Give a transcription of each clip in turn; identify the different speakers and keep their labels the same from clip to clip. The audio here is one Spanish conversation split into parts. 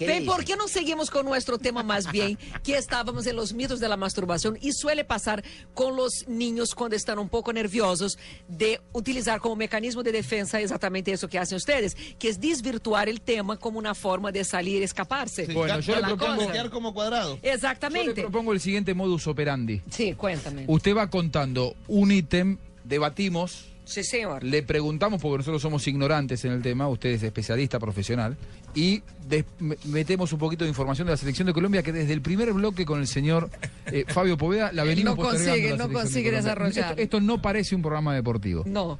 Speaker 1: Bem, ¿por qué no seguimos con nuestro tema más bien? Que estábamos en los mitos de la masturbación y suele pasar con los niños cuando están un poco nerviosos de utilizar como mecanismo de defensa exactamente eso que hacen ustedes, que es desvirtuar el tema como una forma de salir, escaparse.
Speaker 2: Sí, Bueno, yo
Speaker 1: de
Speaker 2: le
Speaker 1: la
Speaker 2: propongo-
Speaker 1: cosa.
Speaker 3: Quedar como cuadrado.
Speaker 1: Exactamente.
Speaker 2: Yo le propongo el siguiente modus operandi.
Speaker 1: Sí, cuéntame.
Speaker 2: Usted va contando un ítem, debatimos,
Speaker 1: Sí, señor.
Speaker 2: le preguntamos, porque nosotros somos ignorantes en el tema, usted es especialista profesional, y des- me- metemos un poquito de información de la selección de Colombia, que desde el primer bloque con el señor eh, Fabio Poveda la
Speaker 1: Él
Speaker 2: venimos
Speaker 1: no
Speaker 2: postergando
Speaker 1: consigue,
Speaker 2: la
Speaker 1: no
Speaker 2: selección de
Speaker 1: consigue
Speaker 2: Colombia.
Speaker 1: desarrollar.
Speaker 2: Esto, esto no parece un programa deportivo.
Speaker 1: No,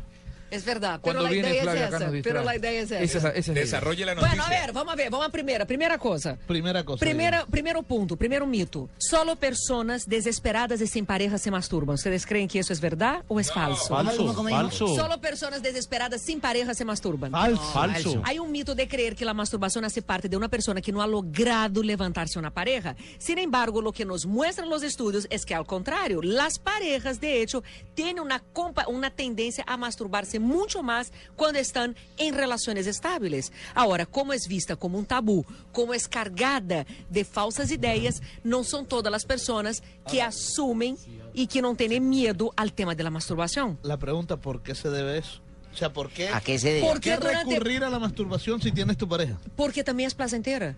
Speaker 1: es verdad. Pero
Speaker 2: Cuando
Speaker 1: la
Speaker 2: viene
Speaker 1: idea
Speaker 2: Flavia
Speaker 1: es
Speaker 2: acá
Speaker 1: esa.
Speaker 2: nos distrae.
Speaker 1: Pero la idea es esa.
Speaker 2: Esa- esa es la idea.
Speaker 4: Desarrolle la noticia.
Speaker 1: Bueno, a ver, vamos a ver, vamos a primeira. Primeira coisa.
Speaker 3: Primera cosa.
Speaker 1: Primeiro, primeiro ponto, primeiro mito. Solo personas desesperadas e sem pareja se masturbam. Vocês creem que isso é verdade ou é falso?
Speaker 5: Falso, falso.
Speaker 1: Solo personas desesperadas sem pareja se masturbam.
Speaker 5: Falso. Falso.
Speaker 1: Hay un um mito de creer que la masturbación hace parte de una persona que no ha logrado levantarse una pareja. Sin embargo, lo que nos muestran los estudios es que al contrario, las parejas de hecho tienen una, compa- una tendencia a masturbarse mucho más cuando están en relaciones estables. Ahora, como es vista como un tabú, como es cargada de falsas ideas, no son todas las personas que asumen y que no tienen miedo al tema de la masturbación.
Speaker 3: La pregunta, ¿por qué se debe eso? O sea, ¿por qué,
Speaker 6: ¿A qué se debe?
Speaker 3: por qué
Speaker 1: Porque durante-
Speaker 3: recurrir a la masturbación si tienes tu pareja?
Speaker 1: Porque também é placentera.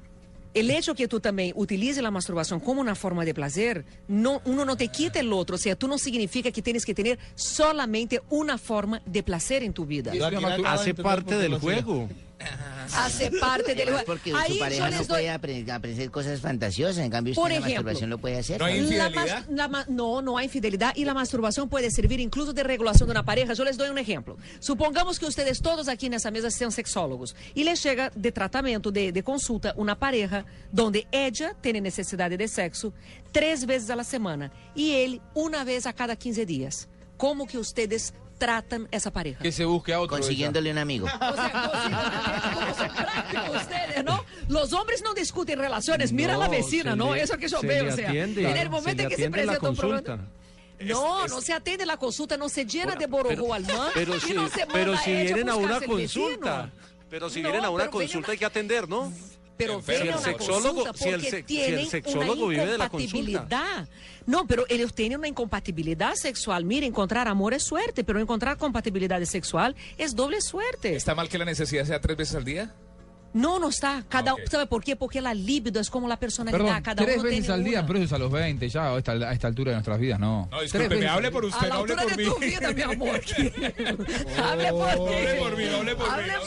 Speaker 1: El hecho que tú también utilices la masturbación como una forma de placer, no, uno no te quita el otro. O sea, tú no significa que tienes que tener solamente una forma de placer en tu vida.
Speaker 3: Yo aquí
Speaker 2: Hace
Speaker 3: acabo de
Speaker 5: Hace
Speaker 3: entender por
Speaker 5: parte
Speaker 3: qué
Speaker 5: del
Speaker 3: lo hacía.
Speaker 5: juego.
Speaker 1: Hace parte del...
Speaker 6: Además, porque
Speaker 1: Ahí
Speaker 6: su
Speaker 1: yo
Speaker 6: pareja no
Speaker 1: les doy-
Speaker 6: puede apre- aprender cosas fantasiosas, en cambio usted
Speaker 1: Por
Speaker 6: en la
Speaker 1: ejemplo.
Speaker 6: masturbación lo puede hacer.
Speaker 4: No
Speaker 1: La
Speaker 4: hay- infidelidad?
Speaker 1: mas- la ma- no, no hay infidelidad y la masturbación puede servir incluso de regulación de una pareja. Yo les doy un ejemplo. Supongamos que ustedes todos aquí en esa mesa sean sexólogos y les llega de tratamiento, de, de consulta, una pareja donde ella tiene necesidad de sexo tres veces a la semana y él una vez a cada 15 días. ¿Cómo que ustedes tratan esa pareja?
Speaker 2: Que se busque a otro.
Speaker 6: Consiguiéndole un amigo.
Speaker 1: O sea, consigan- como son prácticos ustedes, ¿no? Los hombres no discuten relaciones. Mira a la
Speaker 5: No,
Speaker 1: vecina,
Speaker 5: se
Speaker 1: ¿no?
Speaker 5: le-
Speaker 1: Eso que yo
Speaker 5: se
Speaker 1: veo.
Speaker 5: le
Speaker 1: o sea,
Speaker 5: atiende,
Speaker 1: en el
Speaker 5: se
Speaker 1: momento
Speaker 5: le
Speaker 1: en que se
Speaker 5: atiende la
Speaker 1: presenta un problema.
Speaker 5: consulta.
Speaker 1: No, no se atiende la consulta, no se llena de borojó al man.
Speaker 7: Pero
Speaker 1: y
Speaker 7: si,
Speaker 1: no se
Speaker 7: pero
Speaker 1: manda
Speaker 7: si
Speaker 1: ella
Speaker 7: vienen a
Speaker 1: buscarse
Speaker 7: una
Speaker 1: el vecino.
Speaker 7: consulta, pero si
Speaker 1: No,
Speaker 7: vienen a una
Speaker 1: pero vienen
Speaker 7: consulta
Speaker 1: a-
Speaker 7: hay que atender, ¿no?
Speaker 1: Pero
Speaker 4: Enfermo,
Speaker 1: viene a una
Speaker 4: si el
Speaker 7: sexólogo-
Speaker 1: consulta
Speaker 7: si el
Speaker 1: porque
Speaker 7: sex- si el
Speaker 1: tienen
Speaker 7: sexólogo
Speaker 1: una
Speaker 7: vive de la
Speaker 1: incompatibilidad. No, pero ellos tienen una incompatibilidad sexual. Mira, encontrar amor es suerte, pero encontrar compatibilidad sexual es doble suerte.
Speaker 4: ¿Está mal que la necesidad sea tres veces al día?
Speaker 1: No, no está. Cada,
Speaker 4: Ah, ok.
Speaker 1: ¿Sabe por qué? Porque la libido es como la personalidad.
Speaker 2: Perdón,
Speaker 1: Cada
Speaker 2: tres
Speaker 1: uno
Speaker 2: veces
Speaker 1: tiene
Speaker 2: al día,
Speaker 1: una.
Speaker 2: pero eso es a los 20 ya, a esta, a esta altura de nuestras vidas, no.
Speaker 4: No,
Speaker 2: Tres
Speaker 4: disculpe, me
Speaker 2: veces.
Speaker 4: hable por usted,
Speaker 1: A la
Speaker 4: no hable
Speaker 1: altura
Speaker 4: por
Speaker 1: de
Speaker 4: mí.
Speaker 1: tu vida, mi amor. hable por ti.
Speaker 4: Hable por mí, hable por mí,
Speaker 1: Hable
Speaker 4: hable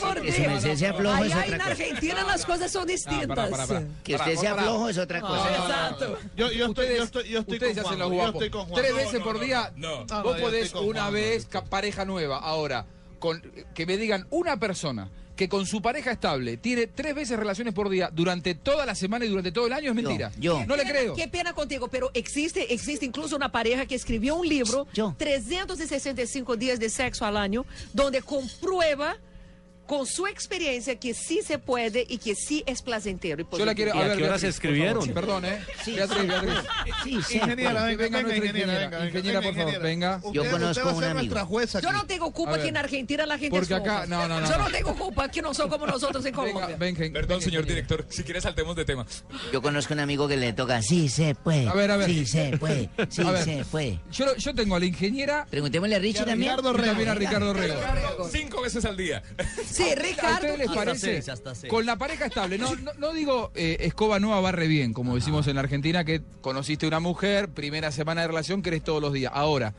Speaker 1: por
Speaker 4: por
Speaker 1: ti.
Speaker 6: Que su merced sea flojo es
Speaker 1: Allá
Speaker 6: otra
Speaker 1: en
Speaker 6: cosa.
Speaker 1: Argentina las cosas son distintas.
Speaker 2: Ah, pará, pará, pará.
Speaker 6: Que usted sea flojo es otra
Speaker 1: Ah,
Speaker 6: cosa.
Speaker 1: Exacto.
Speaker 3: Yo, yo estoy,
Speaker 2: Ustedes,
Speaker 3: yo estoy, yo estoy
Speaker 2: ustedes
Speaker 3: con
Speaker 2: ya se
Speaker 3: Juan.
Speaker 2: los
Speaker 3: yo
Speaker 2: guapo.
Speaker 3: estoy con Juan.
Speaker 2: Tres
Speaker 3: No,
Speaker 2: veces
Speaker 3: no,
Speaker 2: por
Speaker 3: no,
Speaker 2: día,
Speaker 4: no.
Speaker 3: No,
Speaker 2: vos
Speaker 3: no, yo
Speaker 2: podés
Speaker 3: estoy con
Speaker 2: una
Speaker 3: Juan, yo
Speaker 2: vez,
Speaker 3: estoy
Speaker 2: ca- pareja nueva. Ahora, con, que me digan una persona que con su pareja estable tiene tres veces relaciones por día durante toda la semana y durante todo el año es mentira.
Speaker 6: yo.
Speaker 2: No le
Speaker 1: Qué
Speaker 2: creo.
Speaker 1: pena- Qué pena contigo, pero existe, existe incluso una pareja que escribió un libro,
Speaker 6: Yo.
Speaker 1: 365 días de sexo al año, donde comprueba con su experiencia que sí se puede y que sí es placentero. Y
Speaker 2: Yo la quiero.
Speaker 1: positivo.
Speaker 7: ¿Y a
Speaker 2: ver,
Speaker 7: qué horas
Speaker 2: Beatriz, por
Speaker 7: escribieron?
Speaker 2: favor. Perdón, ¿eh?
Speaker 6: Sí.
Speaker 2: Beatriz, Beatriz.
Speaker 6: Sí, sí.
Speaker 3: Ingeniera,
Speaker 2: Que
Speaker 3: venga,
Speaker 2: venga
Speaker 3: venga,
Speaker 2: nuestra
Speaker 3: ingeniera,
Speaker 2: ingeniera.
Speaker 3: venga, venga,
Speaker 2: Ingeniera, por favor, venga.
Speaker 3: Usted-
Speaker 6: Yo
Speaker 3: usted
Speaker 6: conozco
Speaker 3: va a
Speaker 6: un
Speaker 3: ser
Speaker 6: amigo.
Speaker 3: nuestra jueza
Speaker 1: Yo
Speaker 3: aquí.
Speaker 1: no tengo
Speaker 2: A
Speaker 1: culpa
Speaker 2: ver.
Speaker 1: que en Argentina la gente
Speaker 2: Porque
Speaker 1: es floja.
Speaker 2: acá- no, no, no,
Speaker 1: Yo no
Speaker 2: no.
Speaker 1: tengo culpa que no son como nosotros en Colombia.
Speaker 2: Venga, venga,
Speaker 4: Perdón,
Speaker 2: venga,
Speaker 4: señor
Speaker 2: ingeniera.
Speaker 4: director, si quiere saltemos de tema.
Speaker 6: Yo conozco un amigo que le toca, sí se puede.
Speaker 2: A ver, a ver.
Speaker 6: Sí se puede. Sí
Speaker 2: A ver.
Speaker 6: se puede.
Speaker 2: Yo, lo- yo tengo a la ingeniera
Speaker 6: Preguntémosle a Richie también.
Speaker 3: Ricardo
Speaker 2: y también a
Speaker 3: Rego.
Speaker 2: Ricardo Rego.
Speaker 4: Cinco veces al día.
Speaker 1: Sí,
Speaker 2: ¿A
Speaker 1: Ricardo.
Speaker 2: ustedes les parece?
Speaker 5: seis, hasta seis.
Speaker 2: Con la pareja estable. No, no, no digo eh, escoba nueva barre bien, como decimos en la Argentina, que conociste una mujer, primera semana de relación, querés todos los días. Ahora,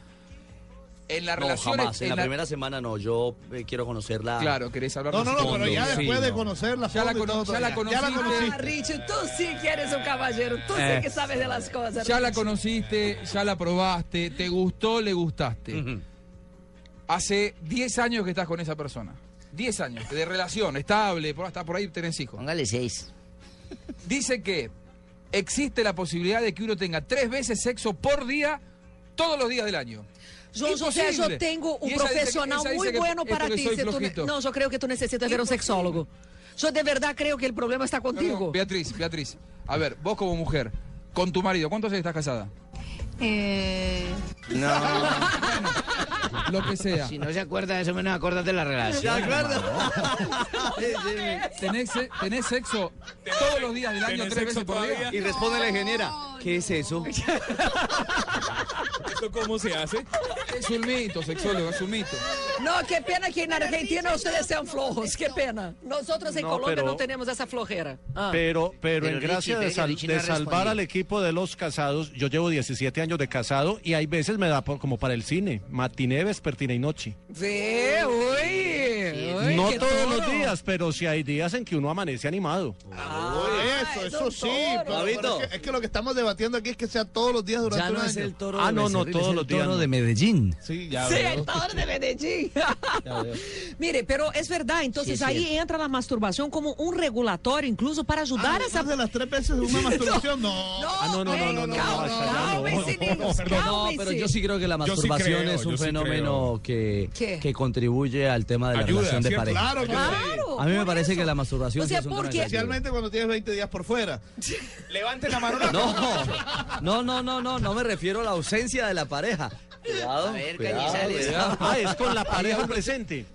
Speaker 2: en la
Speaker 7: No,
Speaker 2: relación.
Speaker 7: jamás. En, la,
Speaker 2: en la-
Speaker 7: primera semana no. Yo eh, quiero conocerla.
Speaker 2: Claro, querés hablar
Speaker 3: No, no, no, pero ya
Speaker 7: Sí,
Speaker 3: después de
Speaker 7: no.
Speaker 3: conocerla.
Speaker 2: Ya la
Speaker 3: fondo y
Speaker 2: cono-
Speaker 3: todo,
Speaker 2: ya
Speaker 3: Ya
Speaker 2: la
Speaker 3: la
Speaker 2: conociste.
Speaker 1: Ah,
Speaker 3: conocí.
Speaker 1: Richie, tú sí que eres un caballero. Tú sí que sabes de las cosas.
Speaker 2: Ya la
Speaker 1: Richie.
Speaker 2: conociste, ya la probaste, te gustó, le gustaste. Hace 10 años que estás con esa persona. 10 años de relación estable, por hasta por ahí tenés hijos.
Speaker 6: Póngale seis.
Speaker 2: Dice que existe la posibilidad de que uno tenga tres veces sexo por día todos los días del año.
Speaker 1: Yo, o sea, yo
Speaker 2: Imposible.
Speaker 1: tengo un
Speaker 2: Y ella dice que-
Speaker 1: profesional
Speaker 2: ella dice
Speaker 1: muy
Speaker 2: que-
Speaker 1: bueno
Speaker 2: esto
Speaker 1: para
Speaker 2: que
Speaker 1: ti.
Speaker 2: soy
Speaker 1: si tú ne-
Speaker 2: flojito.
Speaker 1: no, yo creo que tú necesitas ver un sexólogo. Yo de verdad creo que el problema está
Speaker 2: No, no,
Speaker 1: contigo.
Speaker 2: Beatriz, Beatriz, a ver, vos como mujer,
Speaker 1: Eh,
Speaker 2: con tu marido, ¿cuántos años estás casada?
Speaker 8: Eh,
Speaker 6: No.
Speaker 2: lo que sea.
Speaker 6: Si no se acuerda de eso, menos acuerdas de la relación.
Speaker 2: Tenés, se- tenés sexo todos los días del año,
Speaker 4: ¿Tenés
Speaker 2: tres veces
Speaker 4: sexo
Speaker 2: por día.
Speaker 4: todavía?
Speaker 7: Y responde la ingeniera, ¿qué es eso?
Speaker 4: ¿Esto cómo se hace?
Speaker 2: Es un mito, sexólogo, es un mito.
Speaker 1: No, qué pena que en Argentina ustedes sean flojos, qué pena. Nosotros en
Speaker 5: No,
Speaker 1: Colombia
Speaker 5: pero-
Speaker 1: no tenemos esa flojera. Ah.
Speaker 5: Pero, pero,
Speaker 6: Pero
Speaker 5: en gracia
Speaker 6: Richie,
Speaker 5: de,
Speaker 6: venga,
Speaker 5: sal-
Speaker 6: Richie
Speaker 5: de
Speaker 6: no ha
Speaker 5: salvar
Speaker 6: respondido.
Speaker 5: al equipo de los casados, yo llevo 17 años de casado y hay veces me da por, como para el cine, matiné, vespertina y noche.
Speaker 1: Ve, uy, uy,
Speaker 5: no
Speaker 1: qué
Speaker 5: todos los
Speaker 1: toro.
Speaker 5: días, pero sí hay días en que uno amanece animado.
Speaker 1: Ah,
Speaker 3: Eso,
Speaker 1: es
Speaker 3: eso
Speaker 1: un
Speaker 3: sí.
Speaker 1: toro.
Speaker 3: pero- pero es, que, es que lo que estamos debatiendo aquí es que sea todos los días durante un año.
Speaker 5: toro ah, no, no, todos los días. no.
Speaker 8: Medellín.
Speaker 3: Sí, ya
Speaker 1: Sí,
Speaker 3: veo.
Speaker 1: el toro de Medellín.
Speaker 3: ya veo.
Speaker 1: Mire, pero es verdad, entonces
Speaker 6: Sí, es
Speaker 1: ahí
Speaker 6: cierto.
Speaker 1: entra la masturbación como un regulatorio incluso para ayudar a
Speaker 3: Ah,
Speaker 1: esa...
Speaker 3: más de las tres veces de una masturbación? No.
Speaker 5: Ah, no, no,
Speaker 1: eh,
Speaker 5: no, no, no,
Speaker 1: cal-
Speaker 5: no, no, no,
Speaker 1: cálmense, niños,
Speaker 8: No, pero yo sí creo que la
Speaker 4: Yo sí
Speaker 8: masturbación
Speaker 4: creo,
Speaker 8: es
Speaker 4: yo
Speaker 8: un
Speaker 4: sí
Speaker 8: fenómeno que,
Speaker 1: ¿Qué?
Speaker 8: que contribuye al tema de la
Speaker 4: Ayuda,
Speaker 8: relación de
Speaker 4: ¿cierto?
Speaker 8: pareja.
Speaker 3: Claro que sí.
Speaker 1: Claro.
Speaker 8: A mí me
Speaker 1: por
Speaker 8: parece
Speaker 1: eso.
Speaker 8: que la masturbación
Speaker 1: O
Speaker 8: sí
Speaker 1: sea,
Speaker 8: es un tema
Speaker 1: porque-
Speaker 8: que ayuda.
Speaker 3: Especialmente cuando tienes 20 días por fuera.
Speaker 4: Levanten la mano.
Speaker 8: No, no, no, no, no, no me refiero a la ausencia de la pareja. Cuidado,
Speaker 6: A ver,
Speaker 8: cuidado,
Speaker 6: Cañizares.
Speaker 8: cuidado.
Speaker 5: Ah, es con la pareja presente.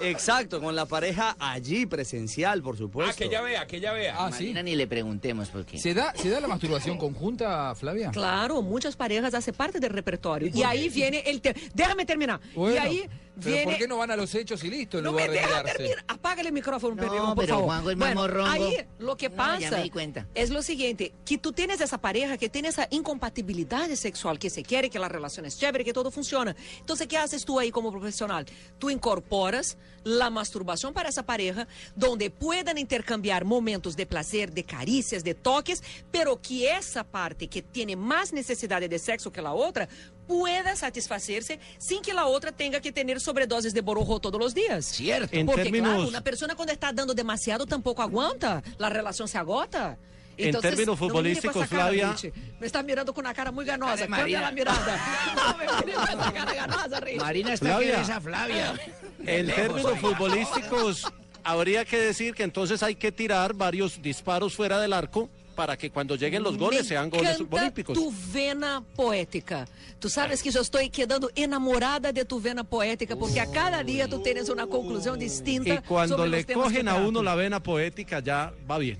Speaker 8: Exacto, con la pareja allí presencial, por
Speaker 4: Ah,
Speaker 8: supuesto.
Speaker 4: que ya vea, que ya vea.
Speaker 2: Ah, sí.
Speaker 6: Marina ni le preguntemos por qué.
Speaker 2: ¿Se da, ¿Se da la masturbación conjunta, Flavia?
Speaker 1: Claro, muchas parejas hace parte del repertorio. Y ahí viene el tema. Déjame terminar. y
Speaker 2: Bueno,
Speaker 1: ahí
Speaker 2: pero
Speaker 1: viene.
Speaker 2: ¿por qué no van a los hechos y listo en
Speaker 1: No me
Speaker 2: lugar de
Speaker 1: deja
Speaker 2: quedarse?
Speaker 1: terminar. Apágale el micrófono,
Speaker 6: No,
Speaker 1: Pedro, por
Speaker 6: pero
Speaker 1: favor.
Speaker 6: Juanjo es más
Speaker 1: bueno,
Speaker 6: morrongo.
Speaker 1: ahí lo que
Speaker 6: No,
Speaker 1: pasa
Speaker 6: ya me di cuenta.
Speaker 1: es lo siguiente, que tú tienes esa pareja que tiene esa incompatibilidad sexual, que se quiere, que la relación es chévere, que todo funciona. Entonces, ¿qué haces tú ahí como profesional? Tú incorporas la masturbación para esa pareja, donde puedan intercambiar momentos de placer, de caricias, de toques, pero que esa parte que tiene más necesidad de sexo que la otra pueda satisfacerse sin que la otra tenga que tener sobredoses de borojo todos los días.
Speaker 6: Cierto.
Speaker 5: En
Speaker 1: Porque,
Speaker 5: términos-
Speaker 1: claro, una persona cuando está dando demasiado tampoco aguanta, la relación se agota.
Speaker 5: En términos
Speaker 1: no me mire con
Speaker 5: futbolísticos,
Speaker 1: esa cara,
Speaker 5: Flavia-
Speaker 1: Richie. Me está mirando con una cara muy
Speaker 6: Cara
Speaker 1: ganosa.
Speaker 6: de
Speaker 1: Cambia
Speaker 6: María.
Speaker 1: la mirada. No me mire con esa cara ganosa, Richie.
Speaker 6: Marina está
Speaker 5: Flavia.
Speaker 6: que besa a Flavia. De
Speaker 5: En
Speaker 6: lejos,
Speaker 5: términos
Speaker 6: oiga.
Speaker 5: futbolísticos, habría que decir que entonces hay que tirar varios disparos fuera del arco para que cuando lleguen los goles
Speaker 1: Me
Speaker 5: sean goles
Speaker 1: encanta
Speaker 5: olímpicos.
Speaker 1: Tu vena poética. Tú sabes que yo estoy quedando enamorada de tu vena poética porque a cada día tú tienes una conclusión distinta.
Speaker 5: Y cuando
Speaker 1: sobre
Speaker 5: le
Speaker 1: los temas que
Speaker 5: cogen a
Speaker 1: trato.
Speaker 5: uno la vena poética ya va bien.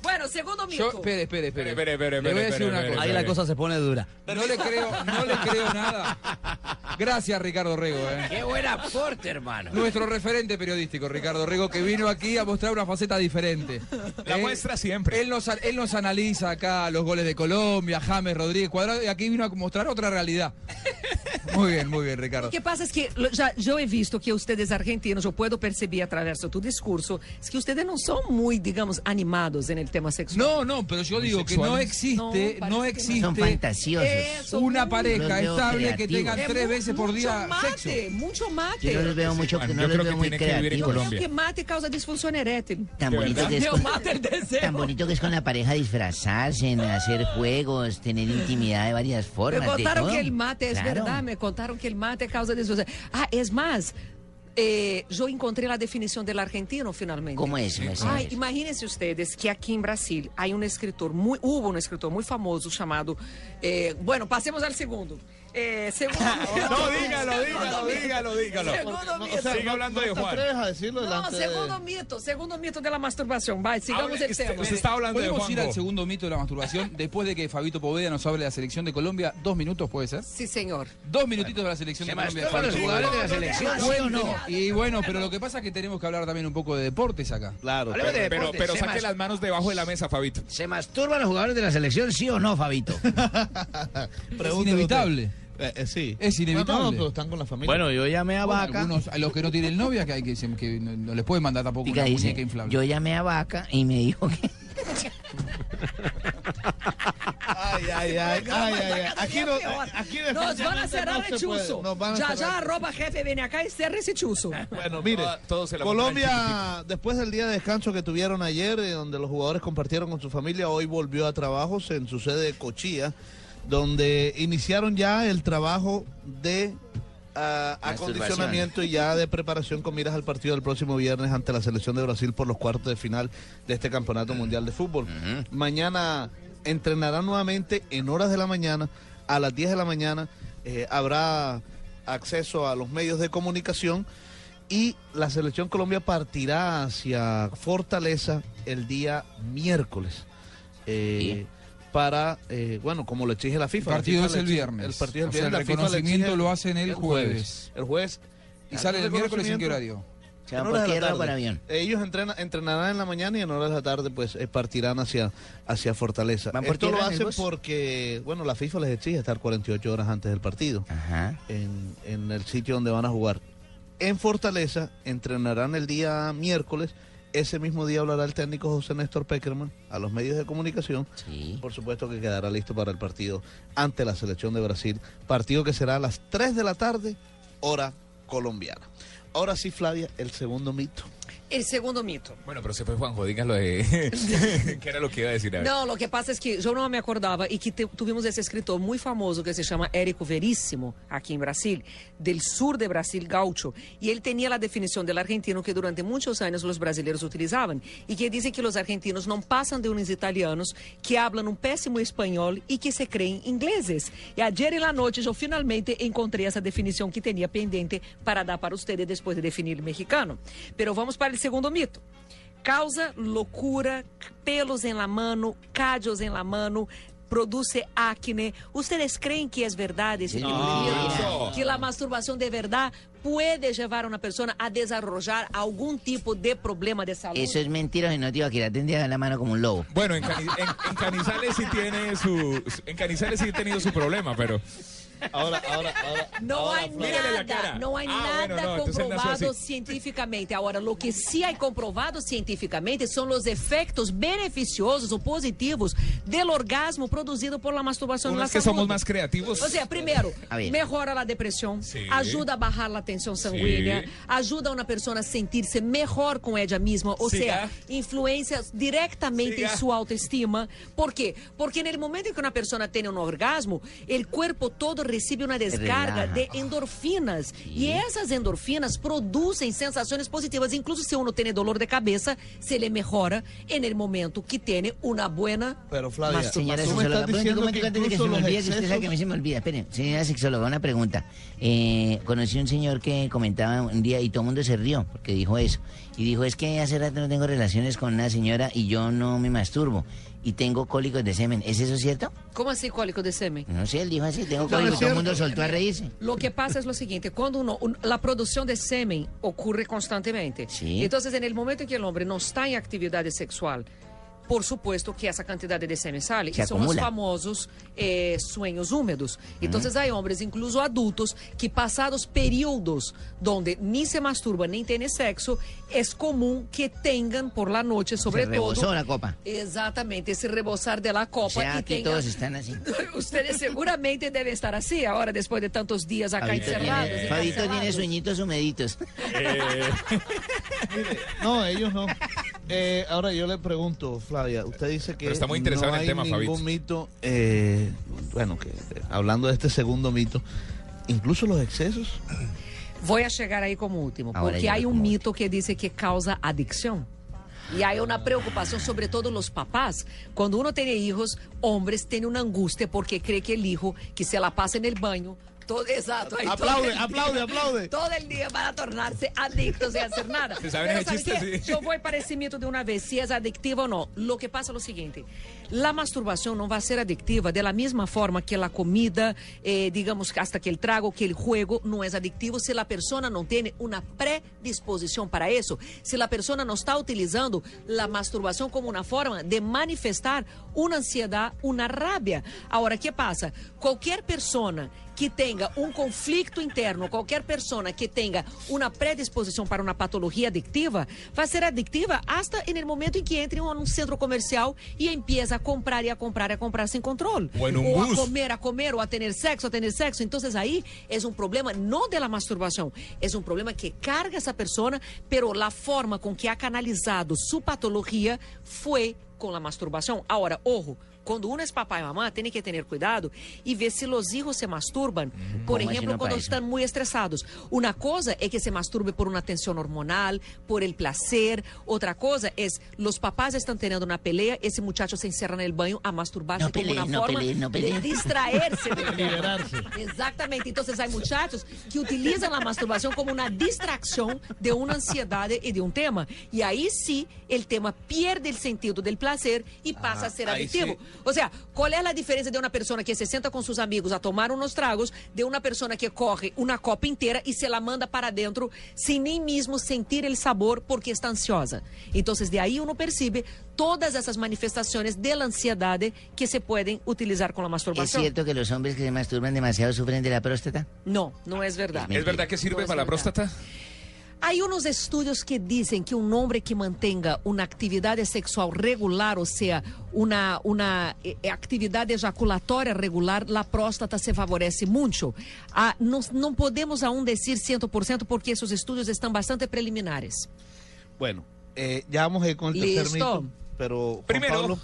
Speaker 1: Bueno, segundo mito.
Speaker 2: Yo, espere, espere, espere.
Speaker 4: Espere, espere,
Speaker 2: Le voy a
Speaker 4: espere,
Speaker 2: decir una
Speaker 4: espere,
Speaker 2: cosa.
Speaker 8: Ahí la cosa se pone dura.
Speaker 2: No le creo, no le creo nada. Gracias, Ricardo Rego. eh.
Speaker 6: Qué buen aporte, hermano.
Speaker 2: Nuestro referente periodístico, Ricardo Rego, que vino aquí a mostrar una faceta diferente.
Speaker 4: La
Speaker 2: Eh,
Speaker 4: muestra siempre.
Speaker 2: Él nos, él nos analiza acá los goles de Colombia, James, Rodríguez, Cuadrado, y aquí vino a mostrar otra realidad. Muy bien, muy bien, Ricardo.
Speaker 1: O que passa é que lo- já, já he visto que vocês argentinos, eu puedo perceber através do teu discurso, es que vocês não são muito, digamos, animados en el tema sexual.
Speaker 2: No, no, pero yo digo que no existe,
Speaker 1: No,
Speaker 2: no,
Speaker 1: parece que
Speaker 2: existe
Speaker 6: Son fantasiosos.
Speaker 1: Eso,
Speaker 2: una
Speaker 1: muy-
Speaker 2: pareja
Speaker 6: Los veo
Speaker 2: estable que
Speaker 6: creativos.
Speaker 2: tenga
Speaker 1: É
Speaker 2: tres
Speaker 1: mu-
Speaker 2: veces por día
Speaker 1: mucho mate,
Speaker 2: sexo.
Speaker 1: Mucho
Speaker 6: Yo no los
Speaker 1: mate.
Speaker 6: veo mucho,
Speaker 4: Juan,
Speaker 6: no
Speaker 4: yo
Speaker 6: los
Speaker 4: creo
Speaker 6: veo
Speaker 4: que
Speaker 6: muy
Speaker 4: tiene que vivir en
Speaker 6: creativos.
Speaker 4: Colombia.
Speaker 1: Que mate causa disfunción erétil.
Speaker 6: Tan
Speaker 4: De
Speaker 6: bonito que es
Speaker 1: Meu
Speaker 6: con-
Speaker 1: mate el
Speaker 6: Tan
Speaker 1: deseo.
Speaker 6: bonito que es con la pareja disfrazarse, en hacer juegos, tener intimidad de varias
Speaker 1: Me
Speaker 6: formas. de
Speaker 1: contaron
Speaker 6: todo.
Speaker 1: que el mate, es
Speaker 6: Claro.
Speaker 1: verdad, me contaron que el mate causa disfunción. Ah, es más, eh, yo encontré la definición del argentino finalmente.
Speaker 6: ¿Cómo es? Mercedes?
Speaker 1: Ai, imaginem-se vocês que aqui em Brasília há um escritor, muito, houve um escritor muito famoso chamado. eh, bueno, passemos ao segundo. Eh, segundo
Speaker 4: No, dígalo, dígalo, dígalo, dígalo.
Speaker 1: Segundo
Speaker 3: O sea,
Speaker 1: mito.
Speaker 4: Sigue
Speaker 3: no-
Speaker 4: hablando
Speaker 3: no
Speaker 4: de
Speaker 3: te
Speaker 4: Juan.
Speaker 3: atreves a decirlo
Speaker 1: Não,
Speaker 3: delante de-
Speaker 1: segundo mito, segundo mito da masturbação. Vai, sigamos o
Speaker 4: Habla- este-
Speaker 1: tema.
Speaker 4: Se está hablando de
Speaker 2: ¿Podemos ir al
Speaker 4: Juanjo.
Speaker 2: segundo mito de la masturbación después de que Fabito Poveda nos hable de la selección de Colombia? ¿Dos minutos puede ser?
Speaker 1: Sim, senhor.
Speaker 2: Dos minutitos de la selección de Colombia. de Fabito Poveda.
Speaker 6: de la selección, ¿sí o no?
Speaker 2: Y bueno, pero lo que pasa es que tenemos que hablar también un poco de deportes acá.
Speaker 3: Claro.
Speaker 6: Hablemos de
Speaker 4: Pero,
Speaker 6: deportes,
Speaker 4: pero
Speaker 6: se
Speaker 4: saque
Speaker 6: mas-
Speaker 4: las manos debajo de la mesa, Fabito.
Speaker 6: ¿Se masturban los jugadores de la selección, sí o no, Fabito?
Speaker 3: Pregúntale
Speaker 2: inevitable.
Speaker 3: usted. Eh, eh, sí.
Speaker 2: Es inevitable.
Speaker 3: No, no, pero están con la familia.
Speaker 8: Bueno, yo llamé a
Speaker 2: Bueno,
Speaker 8: Vaca.
Speaker 2: algunos- a los que no tienen novia, que, hay que, se- que no, no les pueden mandar tampoco
Speaker 6: Tica
Speaker 2: una
Speaker 6: dice,
Speaker 2: muñeca inflable.
Speaker 6: yo llamé a Vaca y me dijo que...
Speaker 3: Ay, ay, ay, ay, ay, ay. Aquí no, eh, aquí
Speaker 1: Nos van a
Speaker 3: definitivamente
Speaker 1: cerrar
Speaker 3: no
Speaker 1: el
Speaker 3: se puede.
Speaker 1: chuzo.
Speaker 3: Nos van a
Speaker 1: Já,
Speaker 3: cerrar
Speaker 1: já,
Speaker 3: el
Speaker 1: arroba jefe, vem acá e cerra esse chuzo.
Speaker 3: Bueno, mire,
Speaker 4: Toda- todos se la
Speaker 3: Colombia, después del día de descanso que tuvieron ayer, eh, donde los jugadores compartieron con su familia, hoy volvió a trabajos en su sede de Cochía, donde iniciaron ya el trabajo de ah, acondicionamiento y ya de preparación con miras al partido del próximo viernes ante la selección de Brasil por los cuartos de final de este Campeonato Mundial de Fútbol. Mañana entrenarán nuevamente en horas de la mañana, a las 10 de la mañana, eh, habrá acceso a los medios de comunicación y la selección Colombia partirá hacia Fortaleza el día miércoles. eh, para, eh, bueno, como lo exige la
Speaker 2: El
Speaker 3: FIFA. la
Speaker 2: partido
Speaker 3: FIFA
Speaker 2: es
Speaker 3: le
Speaker 2: el
Speaker 3: exige-
Speaker 2: viernes.
Speaker 3: El partido es
Speaker 2: O
Speaker 3: el
Speaker 2: sea, el
Speaker 3: viernes. la FIFA le
Speaker 2: reconocimiento
Speaker 3: exige
Speaker 2: lo hacen el jueves.
Speaker 3: El jueves.
Speaker 2: Y sale el miércoles en qué horario.
Speaker 6: Se va
Speaker 3: En
Speaker 6: por
Speaker 3: horas de la
Speaker 6: tierra o
Speaker 3: tarde.
Speaker 6: por avión.
Speaker 3: Ellos entrena- entrenarán en la mañana y en horas de la tarde pues eh, partirán hacia, hacia Fortaleza.
Speaker 6: ¿Van por
Speaker 3: Esto lo
Speaker 6: tierra en el
Speaker 3: hacen
Speaker 6: bus?
Speaker 3: porque, bueno, la FIFA les exige estar 48 horas antes del partido
Speaker 6: Ajá.
Speaker 3: en, en el sitio donde van a jugar. En Fortaleza entrenarán el día miércoles. Ese mismo día hablará el técnico José Néstor Peckerman a los medios de comunicación.
Speaker 6: Sí.
Speaker 3: Por supuesto que quedará listo para el partido ante la selección de Brasil. Partido que será a las 3 de la tarde, hora colombiana. Ahora sí, Flavia, el segundo mito.
Speaker 1: El segundo mito.
Speaker 4: Bueno, pero se fue Juanjo, díganlo de. ¿Qué era lo que iba a decir? A ver.
Speaker 1: Não, o que passa é que eu não me acordava e que te- tivemos esse escritor muito famoso que se chama Érico Veríssimo, aqui em Brasil, del sur de Brasil, gaucho. E ele tinha a definição del argentino que durante muitos anos os brasileiros utilizavam e que dizem que os argentinos não passam de uns italianos que hablam um péssimo espanhol e que se creem ingleses. E ayer en la noite eu finalmente encontrei essa definição que tinha pendente para dar para vocês depois de definir o mexicano. Pero vamos para o segundo mito. Causa loucura, pelos em la mano, cádios em la mano, produce acne. Ustedes creem que é verdade esse
Speaker 6: Ah,
Speaker 1: tipo de mito? Que a masturbação de verdade pode levar a uma pessoa a desarrollar algum tipo de problema de saúde?
Speaker 6: Eso es mentira, no, tío, que la tendría en la mano como un lobo.
Speaker 4: Bueno, en, Cani- en- en Canizales sí tiene su. su- En Canizales sí he tenido su problema, pero.
Speaker 3: Ahora, ahora, ahora.
Speaker 1: Não há
Speaker 4: Mírele la
Speaker 1: nada,
Speaker 4: cara.
Speaker 1: não há
Speaker 4: Ah,
Speaker 1: nada
Speaker 4: bueno, no, entonces nació
Speaker 1: comprovado
Speaker 4: así.
Speaker 1: cientificamente. Agora, o que se é comprovado cientificamente são os efeitos beneficiosos ou positivos do orgasmo produzido por la masturbação
Speaker 4: Uno
Speaker 1: na
Speaker 4: es que somos
Speaker 1: saúde.
Speaker 4: más creativos.
Speaker 1: Ou seja, primeiro,
Speaker 6: A ver.
Speaker 1: melhora a depressão,
Speaker 4: Sim.
Speaker 1: ajuda a barrar a tensão sanguínea,
Speaker 4: Sim.
Speaker 1: ajuda uma pessoa a sentir-se melhor com ela mesma, ou
Speaker 4: Siga.
Speaker 1: seja, influencia diretamente
Speaker 4: Siga.
Speaker 1: em sua autoestima. Por quê? Porque no momento em que uma pessoa tem um orgasmo, o corpo todo recebe
Speaker 6: É
Speaker 1: uma descarga
Speaker 6: Relaja.
Speaker 1: de endorfinas. E essas endorfinas produzem sensações positivas. Incluso se uno tem dolor de cabeça, se ele melhora no momento que tem uma boa
Speaker 3: Pero Flavia,
Speaker 6: Mas, señora
Speaker 3: tú me
Speaker 6: sexóloga,
Speaker 3: estás
Speaker 6: un momento, un
Speaker 3: diciendo
Speaker 6: momento, antes de que se
Speaker 3: incluso
Speaker 6: me
Speaker 3: los
Speaker 6: olvide, que usted sabe que a
Speaker 3: excesos-
Speaker 6: mí se me olvida. Espere, señora sexóloga, una pregunta. Eh, conocí un señor que comentaba un día y todo el mundo se rió porque dijo eso. Y dijo, es que hace rato no tengo relaciones con una señora y yo no me masturbo. Y tengo cólicos de semen. ¿Es eso cierto?
Speaker 1: Como assim, cólico de sêmen?
Speaker 6: No sé, él dijo así, tengo
Speaker 3: no
Speaker 6: cólicos.
Speaker 3: es
Speaker 6: todo el
Speaker 3: cierto.
Speaker 6: mundo soltó a reírse.
Speaker 1: Lo que pasa es lo siguiente, cuando uno, un- la producción de semen ocurre constantemente,
Speaker 6: Sí.
Speaker 1: entonces en el momento en que el hombre no está en actividad sexual, por supuesto que esa cantidad de semen sale,
Speaker 6: Se
Speaker 1: y son los
Speaker 6: acumula.
Speaker 1: famosos eh, sueños húmedos. Entonces hay hombres, incluso adultos, que pasados períodos donde ni se masturban ni tienen sexo, es común que tengan por la noche, sobre
Speaker 6: se
Speaker 1: todo...
Speaker 6: rebosó la copa.
Speaker 1: Exactamente, ese rebosar de la copa.
Speaker 6: O sea,
Speaker 1: pues, y
Speaker 6: aquí
Speaker 1: tengan-
Speaker 6: todos están así.
Speaker 1: Ustedes seguramente deben estar assim, así ahora, después de tantos días acá
Speaker 6: Fabito
Speaker 1: encerrados.
Speaker 6: tiene,
Speaker 1: y
Speaker 6: Fabito tiene
Speaker 1: cancelados.
Speaker 6: sueñitos humeditos.
Speaker 3: No, ellos no. Eh, ahora yo le pregunto, Flavia, usted dice que
Speaker 4: Pero está muy interesado
Speaker 3: no
Speaker 4: en el
Speaker 3: hay
Speaker 4: tema,
Speaker 3: ningún
Speaker 4: Fabito.
Speaker 3: mito, eh, bueno, que eh, hablando de este segundo mito, incluso los excesos.
Speaker 1: Voy a llegar ahí como último,
Speaker 6: Ahora
Speaker 1: porque
Speaker 6: llega
Speaker 1: hay un
Speaker 6: como
Speaker 1: mito que dice que causa adicción. Y hay una preocupación, sobre todo los papás. Cuando uno tiene hijos, hombres tienen una angustia porque cree que el hijo que se la pasa en el baño, todo exacto. ahí todo
Speaker 3: Aplaude,
Speaker 1: el día-
Speaker 3: aplaude, aplaude.
Speaker 1: Todo el día para tornarse adictos sin hacer nada.
Speaker 4: Vocês sabem
Speaker 1: Pero
Speaker 4: esse
Speaker 1: ¿sabe
Speaker 4: chiste,
Speaker 1: qué?
Speaker 4: sí.
Speaker 1: Yo voy para ese mito de una vez, si es adictiva o no. Lo que pasa es lo siguiente, la masturbación no va a ser adictiva de la misma forma que la comida, eh, digamos, hasta que el trago, que el juego no es adictivo si la persona no tiene una predisposición para eso, si la persona no está utilizando la masturbación como una forma de manifestar una ansiedad, una rabia. Ahora, ¿qué pasa? Cualquier persona que tenha um conflito interno, qualquer pessoa que tenha uma predisposição para uma patologia adictiva, vai ser adictiva hasta no momento em que entre em um centro comercial e empieza a comprar e a comprar e a comprar sem controle.
Speaker 4: Ou em um
Speaker 1: ou a
Speaker 4: bus.
Speaker 1: comer, a comer, ou a ter sexo, a ter sexo. Então, aí é um problema não de la masturbação, é um problema que carga essa pessoa, pero la forma com que ha canalizado sua patologia foi con la masturbación. Ahora, ojo, cuando uno es papá y mamá, tiene que tener cuidado y ver si los hijos se masturban. Por
Speaker 6: Mm, ¿Cómo así
Speaker 1: ejemplo,
Speaker 6: no,
Speaker 1: cuando
Speaker 6: paisa?
Speaker 1: están muy estresados. Una cosa es que se masturbe por una tensión hormonal, por el placer. Otra cosa es los papás están teniendo una pelea, ese muchacho se encierra en el baño a masturbarse
Speaker 6: No peleen,
Speaker 1: como una
Speaker 6: no
Speaker 1: forma
Speaker 6: peleen, no peleen.
Speaker 1: de distraerse. del tema.
Speaker 3: liberarse.
Speaker 1: Exactamente. Entonces hay muchachos que utilizan la masturbación como una distracción de una ansiedad y de un tema. Y ahí sí el tema pierde el sentido del placer y pasa a ser
Speaker 4: ahí
Speaker 1: adictivo. O sea, ¿cuál es la diferencia é de una persona que se sienta con sus amigos a tomar unos tragos de una persona que corre una copa inteira y se la manda para dentro sin ni mismo sentir el sabor porque está ansiosa? Entonces, de ahí uno percibe todas esas manifestaciones de la ansiedad que se pueden utilizar con la
Speaker 6: ¿Es
Speaker 1: masturbación.
Speaker 6: cierto que los hombres que se masturban demasiado sufren de la próstata?
Speaker 1: No, no es verdad.
Speaker 4: ¿Es verdad É que
Speaker 1: No
Speaker 4: sirve
Speaker 1: es
Speaker 4: para la
Speaker 1: verdad.
Speaker 4: próstata?
Speaker 1: Hay unos estudios que dicen que un hombre que mantenga una actividad sexual regular, o sea, una, una eh, eh, actividad ejaculatoria regular, la próstata se favorece mucho. Ah, nos- no, podemos aún decir 100% porque esos estudios están bastante preliminares.
Speaker 3: Bueno, eh, ya vamos a ir con el tercer
Speaker 1: Listo.
Speaker 3: mito. Pero Juan
Speaker 4: Primero,
Speaker 3: Pablo,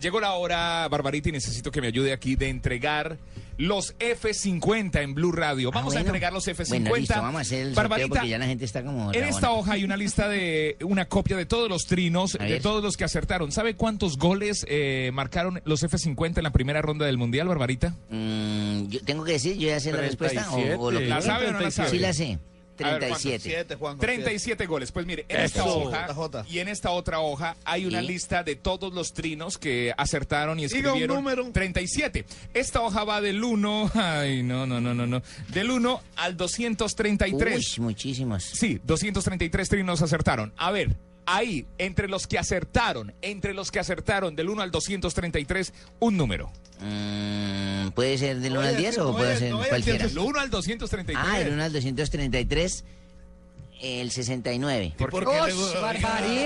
Speaker 4: llegó la hora, Barbarita, y necesito que me ayude aquí de entregar los F50 en Blue Radio. Ah, Vamos a
Speaker 6: Ah, bueno.
Speaker 4: entregar los F50.
Speaker 6: Bueno, listo, vamos a hacer el sorteo porque ya la gente está como
Speaker 4: En
Speaker 6: rabona.
Speaker 4: esta hoja hay una lista de una copia de todos los trinos,
Speaker 6: A
Speaker 4: de
Speaker 6: ver.
Speaker 4: todos los que acertaron. ¿Sabe cuántos goles eh, marcaron los F50 en la primera ronda del Mundial, Barbarita?
Speaker 6: Mm, yo tengo que decir, yo ya sé la respuesta o, o lo que
Speaker 4: ¿La sabe o no la sabe?
Speaker 6: Sí la sé.
Speaker 4: A ver,
Speaker 6: 37.
Speaker 3: siete, Juan.
Speaker 4: 37 goles. Pues mire, en esta
Speaker 3: Eso.
Speaker 4: hoja
Speaker 3: JJ.
Speaker 4: y en esta otra hoja hay una
Speaker 6: ¿Y?
Speaker 4: lista de todos los trinos que acertaron y
Speaker 3: Diga un
Speaker 4: escribieron
Speaker 3: número.
Speaker 4: 37. Esta hoja va del 1, ay, no, no, no, no, no, del 1 al 233.
Speaker 6: Uy, muchísimos.
Speaker 4: Sí, 233 trinos acertaron. A ver, ahí entre los que acertaron, entre los que acertaron del 1 al 233, un número.
Speaker 6: Mm, ¿Puede ser del
Speaker 3: No
Speaker 6: 1 al
Speaker 3: vaya a
Speaker 6: 10
Speaker 3: decir-
Speaker 6: o
Speaker 3: no
Speaker 6: puede
Speaker 3: vaya-
Speaker 6: ser
Speaker 3: no vaya a decir
Speaker 6: cualquiera?
Speaker 4: Del 1 al 233.
Speaker 6: Ah, el 1 al 233, el 69.
Speaker 3: ¿Por qué le-
Speaker 1: ¡Osh,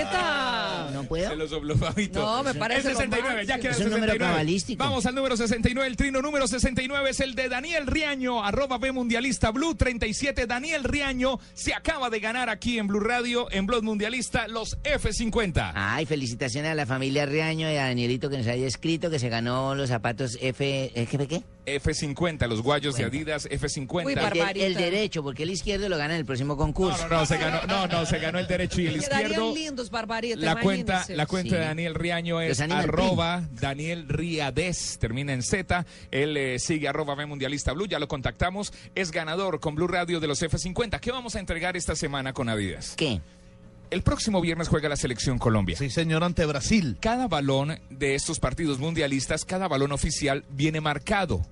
Speaker 1: barbarita!
Speaker 6: ¿No puedo?
Speaker 4: Se los dobló, Fabito.
Speaker 1: No, me parece
Speaker 4: El
Speaker 1: lo
Speaker 4: 69,
Speaker 1: máximo.
Speaker 4: ya queda
Speaker 6: Es
Speaker 4: el
Speaker 6: un número
Speaker 4: 69.
Speaker 6: cabalístico.
Speaker 4: Vamos al número 69. El trino número 69 es el de Daniel Riaño, arroba B Mundialista Blue 37. Daniel Riaño se acaba de ganar aquí en Blue Radio, en Blog Mundialista, los F50.
Speaker 6: Ay, felicitaciones a la familia Riaño y a Danielito que nos haya escrito que se ganó los zapatos F... ¿eh, ¿Qué? qué?
Speaker 4: F50, los guayos de Adidas, F50.
Speaker 1: Uy,
Speaker 6: El, de-
Speaker 1: Barbarita.
Speaker 6: el derecho, porque el izquierdo lo gana en el próximo concurso.
Speaker 4: No, no, no, se ganó, no, no, se ganó el derecho y el
Speaker 1: Quedarían
Speaker 4: izquierdo.
Speaker 1: lindos, barbarita.
Speaker 4: La cuenta,
Speaker 1: imagínense.
Speaker 4: la cuenta
Speaker 6: Sí.
Speaker 4: de Daniel Riaño es
Speaker 6: Los Animal
Speaker 4: arroba Daniel Riades, termina en Z. Él eh, sigue arroba B Mundialista Blue, ya lo contactamos. Es ganador con Blue Radio de los F50. ¿Qué vamos a entregar esta semana con Adidas?
Speaker 6: ¿Qué?
Speaker 4: El próximo viernes juega la selección Colombia.
Speaker 3: Sí, señor, ante Brasil.
Speaker 4: Cada balón de estos partidos mundialistas, cada balón oficial viene marcado.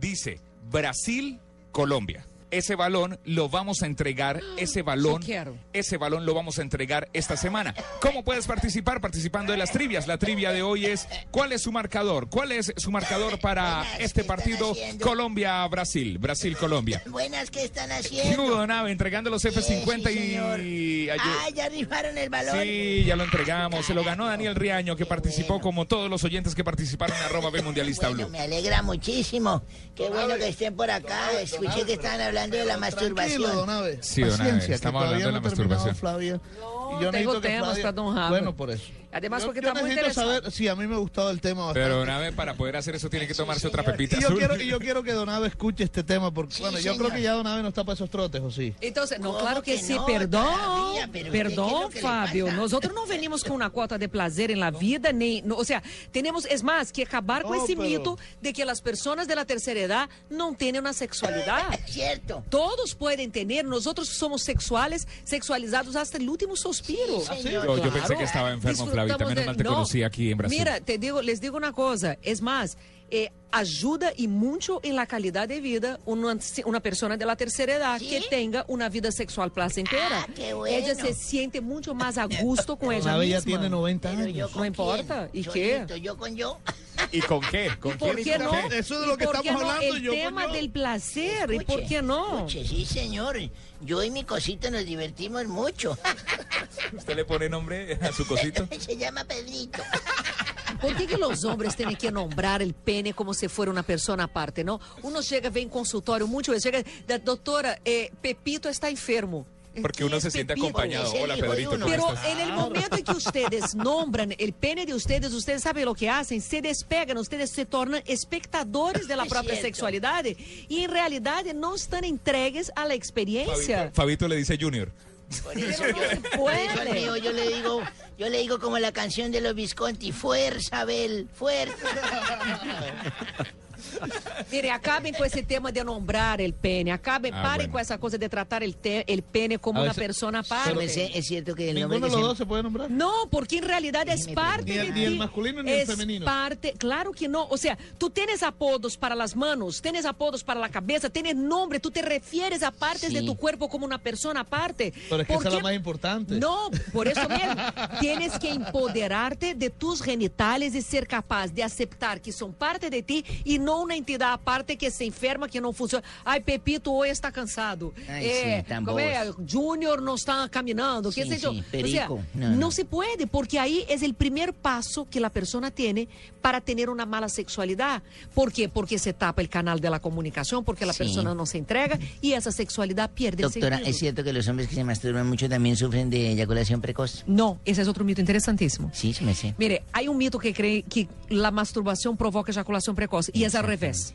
Speaker 4: Dice Brasil, Colombia. Ese balón lo vamos a entregar, ese balón,
Speaker 1: Yo quiero.
Speaker 4: ese balón lo vamos a entregar esta semana. ¿Cómo puedes participar? Participando de las trivias. La trivia de hoy es ¿cuál es su marcador? ¿Cuál es su marcador para
Speaker 6: Buenas,
Speaker 4: este
Speaker 6: ¿qué están
Speaker 4: partido
Speaker 6: haciendo?
Speaker 4: Colombia-Brasil? Brasil-Colombia.
Speaker 6: Buenas, ¿qué están
Speaker 4: Nudo Nave entregando los F50
Speaker 6: Sí, señor.
Speaker 4: y ayer-
Speaker 6: Ah, ya rifaron el balón.
Speaker 4: Sí, ya lo entregamos. Se lo ganó Daniel Riaño, que participó
Speaker 6: bueno.
Speaker 4: como todos los oyentes que participaron en arroba B Mundialista
Speaker 6: Bueno,
Speaker 4: Blue.
Speaker 6: me alegra muchísimo. Qué bueno que estén por acá. Escuché que estaban hablando de la
Speaker 3: Tranquilo, don
Speaker 6: masturbación.
Speaker 3: Abe.
Speaker 4: Sí, don Abe,
Speaker 3: Paciencia, que
Speaker 4: estamos hablando
Speaker 3: todavía
Speaker 4: de la
Speaker 3: no ha terminado
Speaker 4: masturbación.
Speaker 3: Flavia.
Speaker 1: No,
Speaker 3: Y
Speaker 1: tengo
Speaker 3: necesito que
Speaker 1: temas para don Abe.
Speaker 3: Bueno, por eso.
Speaker 1: Además,
Speaker 3: Yo-
Speaker 1: porque
Speaker 3: yo
Speaker 1: está muy
Speaker 3: necesito
Speaker 1: interesante.
Speaker 3: saber si a mí me ha gustado el tema bastante.
Speaker 4: Pero una vez para poder hacer eso tiene que tomarse otra pepita
Speaker 3: Y yo,
Speaker 4: azul.
Speaker 3: quiero, y yo quiero que Don Abe escuche este tema, porque
Speaker 6: Sí,
Speaker 3: bueno, yo
Speaker 6: señor.
Speaker 3: creo que ya Don Abe no está para esos trotes, ¿o sí?
Speaker 1: Entonces, no,
Speaker 6: ¿Cómo
Speaker 1: Então, claro que,
Speaker 6: que
Speaker 1: sí,
Speaker 6: no?
Speaker 1: perdón,
Speaker 6: Todavía, pero ¿qué es lo
Speaker 1: perdón,
Speaker 6: que le
Speaker 1: Fabio.
Speaker 6: pasa?
Speaker 1: Nosotros no venimos con una cuota de placer en la vida, ni, no, o sea, tenemos, es más, que acabar con
Speaker 3: No,
Speaker 1: ese
Speaker 3: pero-
Speaker 1: mito de que las personas de la tercera edad no tienen una sexualidad.
Speaker 6: É Cierto.
Speaker 1: Todos pueden tener, nosotros somos sexuales, sexualizados hasta el último suspiro.
Speaker 6: Sí,
Speaker 3: señor.
Speaker 4: Oh, Yo, yo
Speaker 1: Claro.
Speaker 4: pensé que estaba enfermo,
Speaker 1: Disfrutamos
Speaker 4: Flavita. Menos
Speaker 1: de-
Speaker 4: mal te
Speaker 1: No.
Speaker 4: conocí aquí en Brasil.
Speaker 1: Mira, te digo, les digo una cosa, es más, eh, ayuda y mucho en la calidad de vida una, una persona de la tercera edad que tenga una vida sexual placentera.
Speaker 6: Ah, qué bueno.
Speaker 1: Ella se siente mucho más a gusto con
Speaker 3: Don
Speaker 1: ella
Speaker 3: Abe ya
Speaker 1: misma.
Speaker 3: tiene 90
Speaker 6: Pero yo
Speaker 3: años.
Speaker 6: con
Speaker 1: No importa,
Speaker 6: quién?
Speaker 1: ¿y
Speaker 6: Solito,
Speaker 1: qué?
Speaker 6: Yo con yo.
Speaker 4: ¿Y con qué? ¿Con
Speaker 1: ¿Por
Speaker 4: quién?
Speaker 1: qué
Speaker 4: ¿Con
Speaker 1: no?
Speaker 4: qué?
Speaker 3: Eso es de lo
Speaker 1: ¿Y
Speaker 3: que
Speaker 1: por qué
Speaker 3: estamos
Speaker 1: no?
Speaker 3: hablando,
Speaker 1: El
Speaker 3: yo,
Speaker 1: tema
Speaker 3: coño.
Speaker 1: del placer, ¿y por
Speaker 6: Escuche,
Speaker 1: qué no?
Speaker 6: escuche, sí, señor. Yo y mi cosito nos divertimos mucho.
Speaker 4: ¿Usted le pone nombre a su cosito?
Speaker 6: Se llama Pedrito.
Speaker 1: Por que, que os homens têm que nombrar o pene como se fosse uma pessoa à parte, não? Uno chega, vem em consultório, muito chega, da doutora, eh, Pepito está enfermo.
Speaker 4: Porque uno se siente acompañado. Hola, Pedrito, ¿cómo
Speaker 1: Pero
Speaker 4: estás?
Speaker 1: en el momento en que ustedes nombran el pene de ustedes, ustedes saben lo que hacen, se despegan, ustedes se tornan espectadores de la propia sexualidad y en realidad no están entregues a la experiencia.
Speaker 4: Fabito, Fabito le dice Junior.
Speaker 1: Pero no se
Speaker 6: Por eso al mío
Speaker 1: puede.
Speaker 6: yo le digo, yo le digo como la canción de los Visconti, fuerza, Abel, fuerza.
Speaker 1: Mire, acaben con ese tema de nombrar el pene, acaben,
Speaker 4: Ah,
Speaker 1: paren
Speaker 4: bueno.
Speaker 1: con esa cosa de tratar el, te- el pene como
Speaker 3: A
Speaker 1: una
Speaker 3: veces-
Speaker 1: persona
Speaker 6: Yo
Speaker 1: aparte.
Speaker 6: me sé, es cierto que el nombre
Speaker 3: Ninguno
Speaker 6: que
Speaker 3: de los
Speaker 6: se-
Speaker 3: dos se puede nombrar.
Speaker 1: No, porque en realidad es
Speaker 6: Déjeme
Speaker 1: parte
Speaker 6: preguntar. Ni
Speaker 1: de
Speaker 6: el- ni
Speaker 1: ti.
Speaker 6: el
Speaker 3: masculino ni el
Speaker 1: Es
Speaker 3: femenino.
Speaker 1: parte, claro que no. O sea, tú tienes apodos para las manos, tienes apodos para la cabeza, tienes nombre, tú te refieres a partes
Speaker 6: Sí.
Speaker 1: de tu cuerpo como una persona aparte.
Speaker 3: Pero es que
Speaker 1: ¿Por
Speaker 3: esa es la
Speaker 1: qué?
Speaker 3: más importante.
Speaker 1: No, por eso mismo. tienes que empoderarte de tus genitales y ser capaz de aceptar que son parte de ti y no una entidad aparte que se enferma, que no funciona. Ay, Pepito hoy está cansado.
Speaker 6: Ay, sí, tan
Speaker 1: como é?
Speaker 6: boas.
Speaker 1: Junior no está caminando, qué
Speaker 6: Sí,
Speaker 1: sé yo.
Speaker 6: sí,
Speaker 1: O sea,
Speaker 6: perico. No,
Speaker 1: no,
Speaker 6: no.
Speaker 1: se puede, porque ahí es el primer paso que la persona tiene para tener una mala sexualidad. ¿Por qué? Porque se tapa el canal de la comunicación, porque la
Speaker 6: Sí.
Speaker 1: persona no se entrega y esa sexualidad pierde
Speaker 6: Doctora,
Speaker 1: sentido.
Speaker 6: ¿es cierto que los hombres que se masturban mucho también sufren de eyaculación precoz?
Speaker 1: No, ese es otro mito interesantísimo.
Speaker 6: Sí, sí me sé.
Speaker 1: Mire, hay un mito que cree que la masturbación provoca eyaculación precoz y es al revés.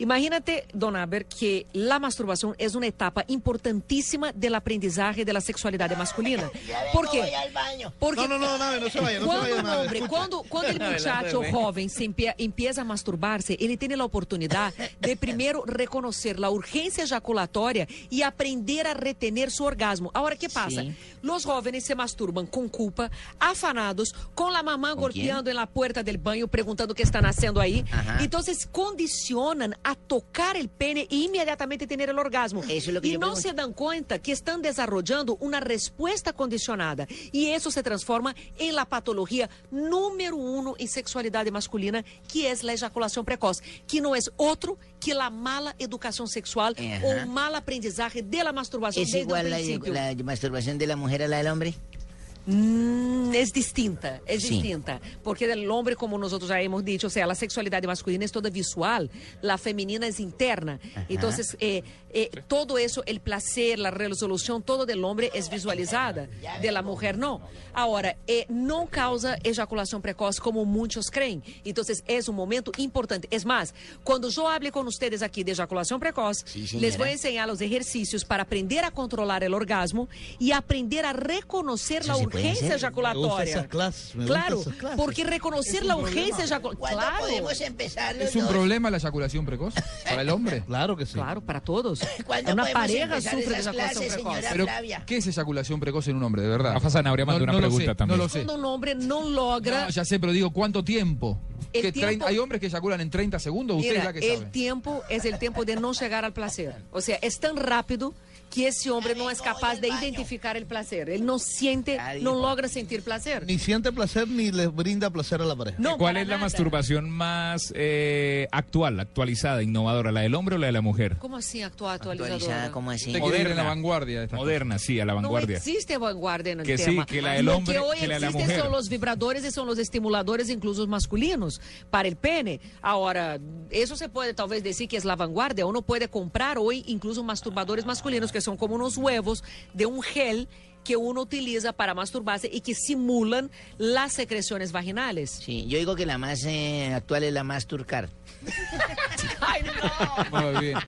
Speaker 1: Imagínate, Don Aber, que la masturbación es una etapa importantísima del aprendizaje de la sexualidad masculina. ¿Por qué?
Speaker 6: voy al baño.
Speaker 1: Porque
Speaker 3: No, no, no, Nave, no se vaya, no se
Speaker 1: cuando
Speaker 3: vaya,
Speaker 1: un
Speaker 3: Nave,
Speaker 1: hombre,
Speaker 3: escucha.
Speaker 1: cuando, cuando
Speaker 6: é
Speaker 1: el muchacho joven é se empie- empieza a masturbarse, él tiene la oportunidad de primero reconocer la urgencia ejaculatoria y aprender a retener su orgasmo. Ahora, ¿qué pasa?
Speaker 6: Sí.
Speaker 1: Los jóvenes se masturban con culpa, afanados, con la mamá
Speaker 6: ¿Con quién?
Speaker 1: golpeando en la puerta del baño, preguntando qué están haciendo ahí.
Speaker 6: Ajá.
Speaker 1: Entonces, condicionan a tocar el pene e inmediatamente tener el orgasmo.
Speaker 6: Eso es lo que
Speaker 1: y
Speaker 6: yo
Speaker 1: no
Speaker 6: pregunto.
Speaker 1: se dan cuenta que están desarrollando una respuesta condicionada y eso se transforma en la patología número uno en sexualidad masculina, que é es la eyaculación precoz, que no es otro que la mala educación sexual
Speaker 6: Ajá.
Speaker 1: o mal aprendizaje de la masturbación
Speaker 6: ¿Es
Speaker 1: desde
Speaker 6: igual é
Speaker 1: el
Speaker 6: la,
Speaker 1: principio.
Speaker 6: la masturbación de la mujer a la del hombre?
Speaker 1: Mm, es distinta, es
Speaker 6: Sí.
Speaker 1: distinta. Porque el hombre, como nosotros ya hemos dicho, o sea, la sexualidad masculina es toda visual, la femenina es interna. Entonces, eh, eh, todo eso, el placer, la resolución, todo del hombre es visualizada, de la mujer no. Ahora, eh, no causa eyaculación precoz como muchos creen. Entonces, es un momento importante. Es más, cuando yo hable con ustedes aquí de eyaculación precoz,
Speaker 6: Sí, señora.
Speaker 1: les voy a enseñar los ejercicios para aprender a controlar el orgasmo y aprender a reconocer
Speaker 6: Eso
Speaker 1: la
Speaker 6: se puede
Speaker 1: urgencia
Speaker 6: hacer.
Speaker 1: ejaculatoria.
Speaker 3: Me gustan esas clases, me
Speaker 1: claro,
Speaker 3: gustan esas clases.
Speaker 1: porque reconocer la urgencia ejaculatoria. Claro,
Speaker 6: empezar
Speaker 2: ¿Es un problema la eyaculación precoz para el hombre?
Speaker 3: Claro que sí.
Speaker 1: claro, para todos. Una pareja sufre de eyaculación precoz.
Speaker 2: Pero, ¿qué es eyaculación precoz en un hombre, de verdad?
Speaker 4: Rafa Sanabria mandó una
Speaker 2: lo sé,
Speaker 4: pregunta también.
Speaker 2: No lo sé.
Speaker 1: Cuando un hombre no logra
Speaker 2: pues No, ya sé, pero digo, ¿cuánto tiempo?
Speaker 1: El
Speaker 2: Que
Speaker 1: tiempo-
Speaker 2: trein- Hay hombres que eyaculan en 30 segundos, usted es
Speaker 1: Mira,
Speaker 2: la que
Speaker 1: el
Speaker 2: sabe.
Speaker 1: tiempo es el tiempo de no llegar al placer. O sea, es tan rápido que ese hombre no es capaz de identificar el placer. Él no siente,
Speaker 6: Ya
Speaker 1: no
Speaker 6: dijo.
Speaker 1: logra sentir placer.
Speaker 3: Ni siente placer ni les brinda placer a la pareja.
Speaker 1: No,
Speaker 4: ¿Cuál
Speaker 1: para
Speaker 4: es la
Speaker 1: nada.
Speaker 4: masturbación más eh, actual, actualizada, innovadora? ¿La del hombre o la de la mujer?
Speaker 1: ¿Cómo así actúa
Speaker 6: Actualizada,
Speaker 1: actualizadora?
Speaker 6: ¿cómo así?
Speaker 2: Usted quiere ir en la vanguardia de estas
Speaker 4: Moderna, sí, a la
Speaker 1: No
Speaker 4: vanguardia.
Speaker 1: existe vanguardia en el
Speaker 4: Que sí,
Speaker 1: tema.
Speaker 4: que la del hombre,
Speaker 1: Lo que hoy
Speaker 4: que la de la
Speaker 1: existe
Speaker 4: mujer.
Speaker 1: son los vibradores y son los estimuladores, incluso masculinos, para el pene. Ahora, eso se puede tal vez decir que es la vanguardia. Uno puede comprar hoy incluso masturbadores masculinos que son como unos huevos de un gel que uno utiliza para masturbarse y que simulan las secreciones vaginales.
Speaker 6: Sí, yo digo que la más eh, actual es la más turcar.
Speaker 1: Ay, no.
Speaker 2: Muy bien.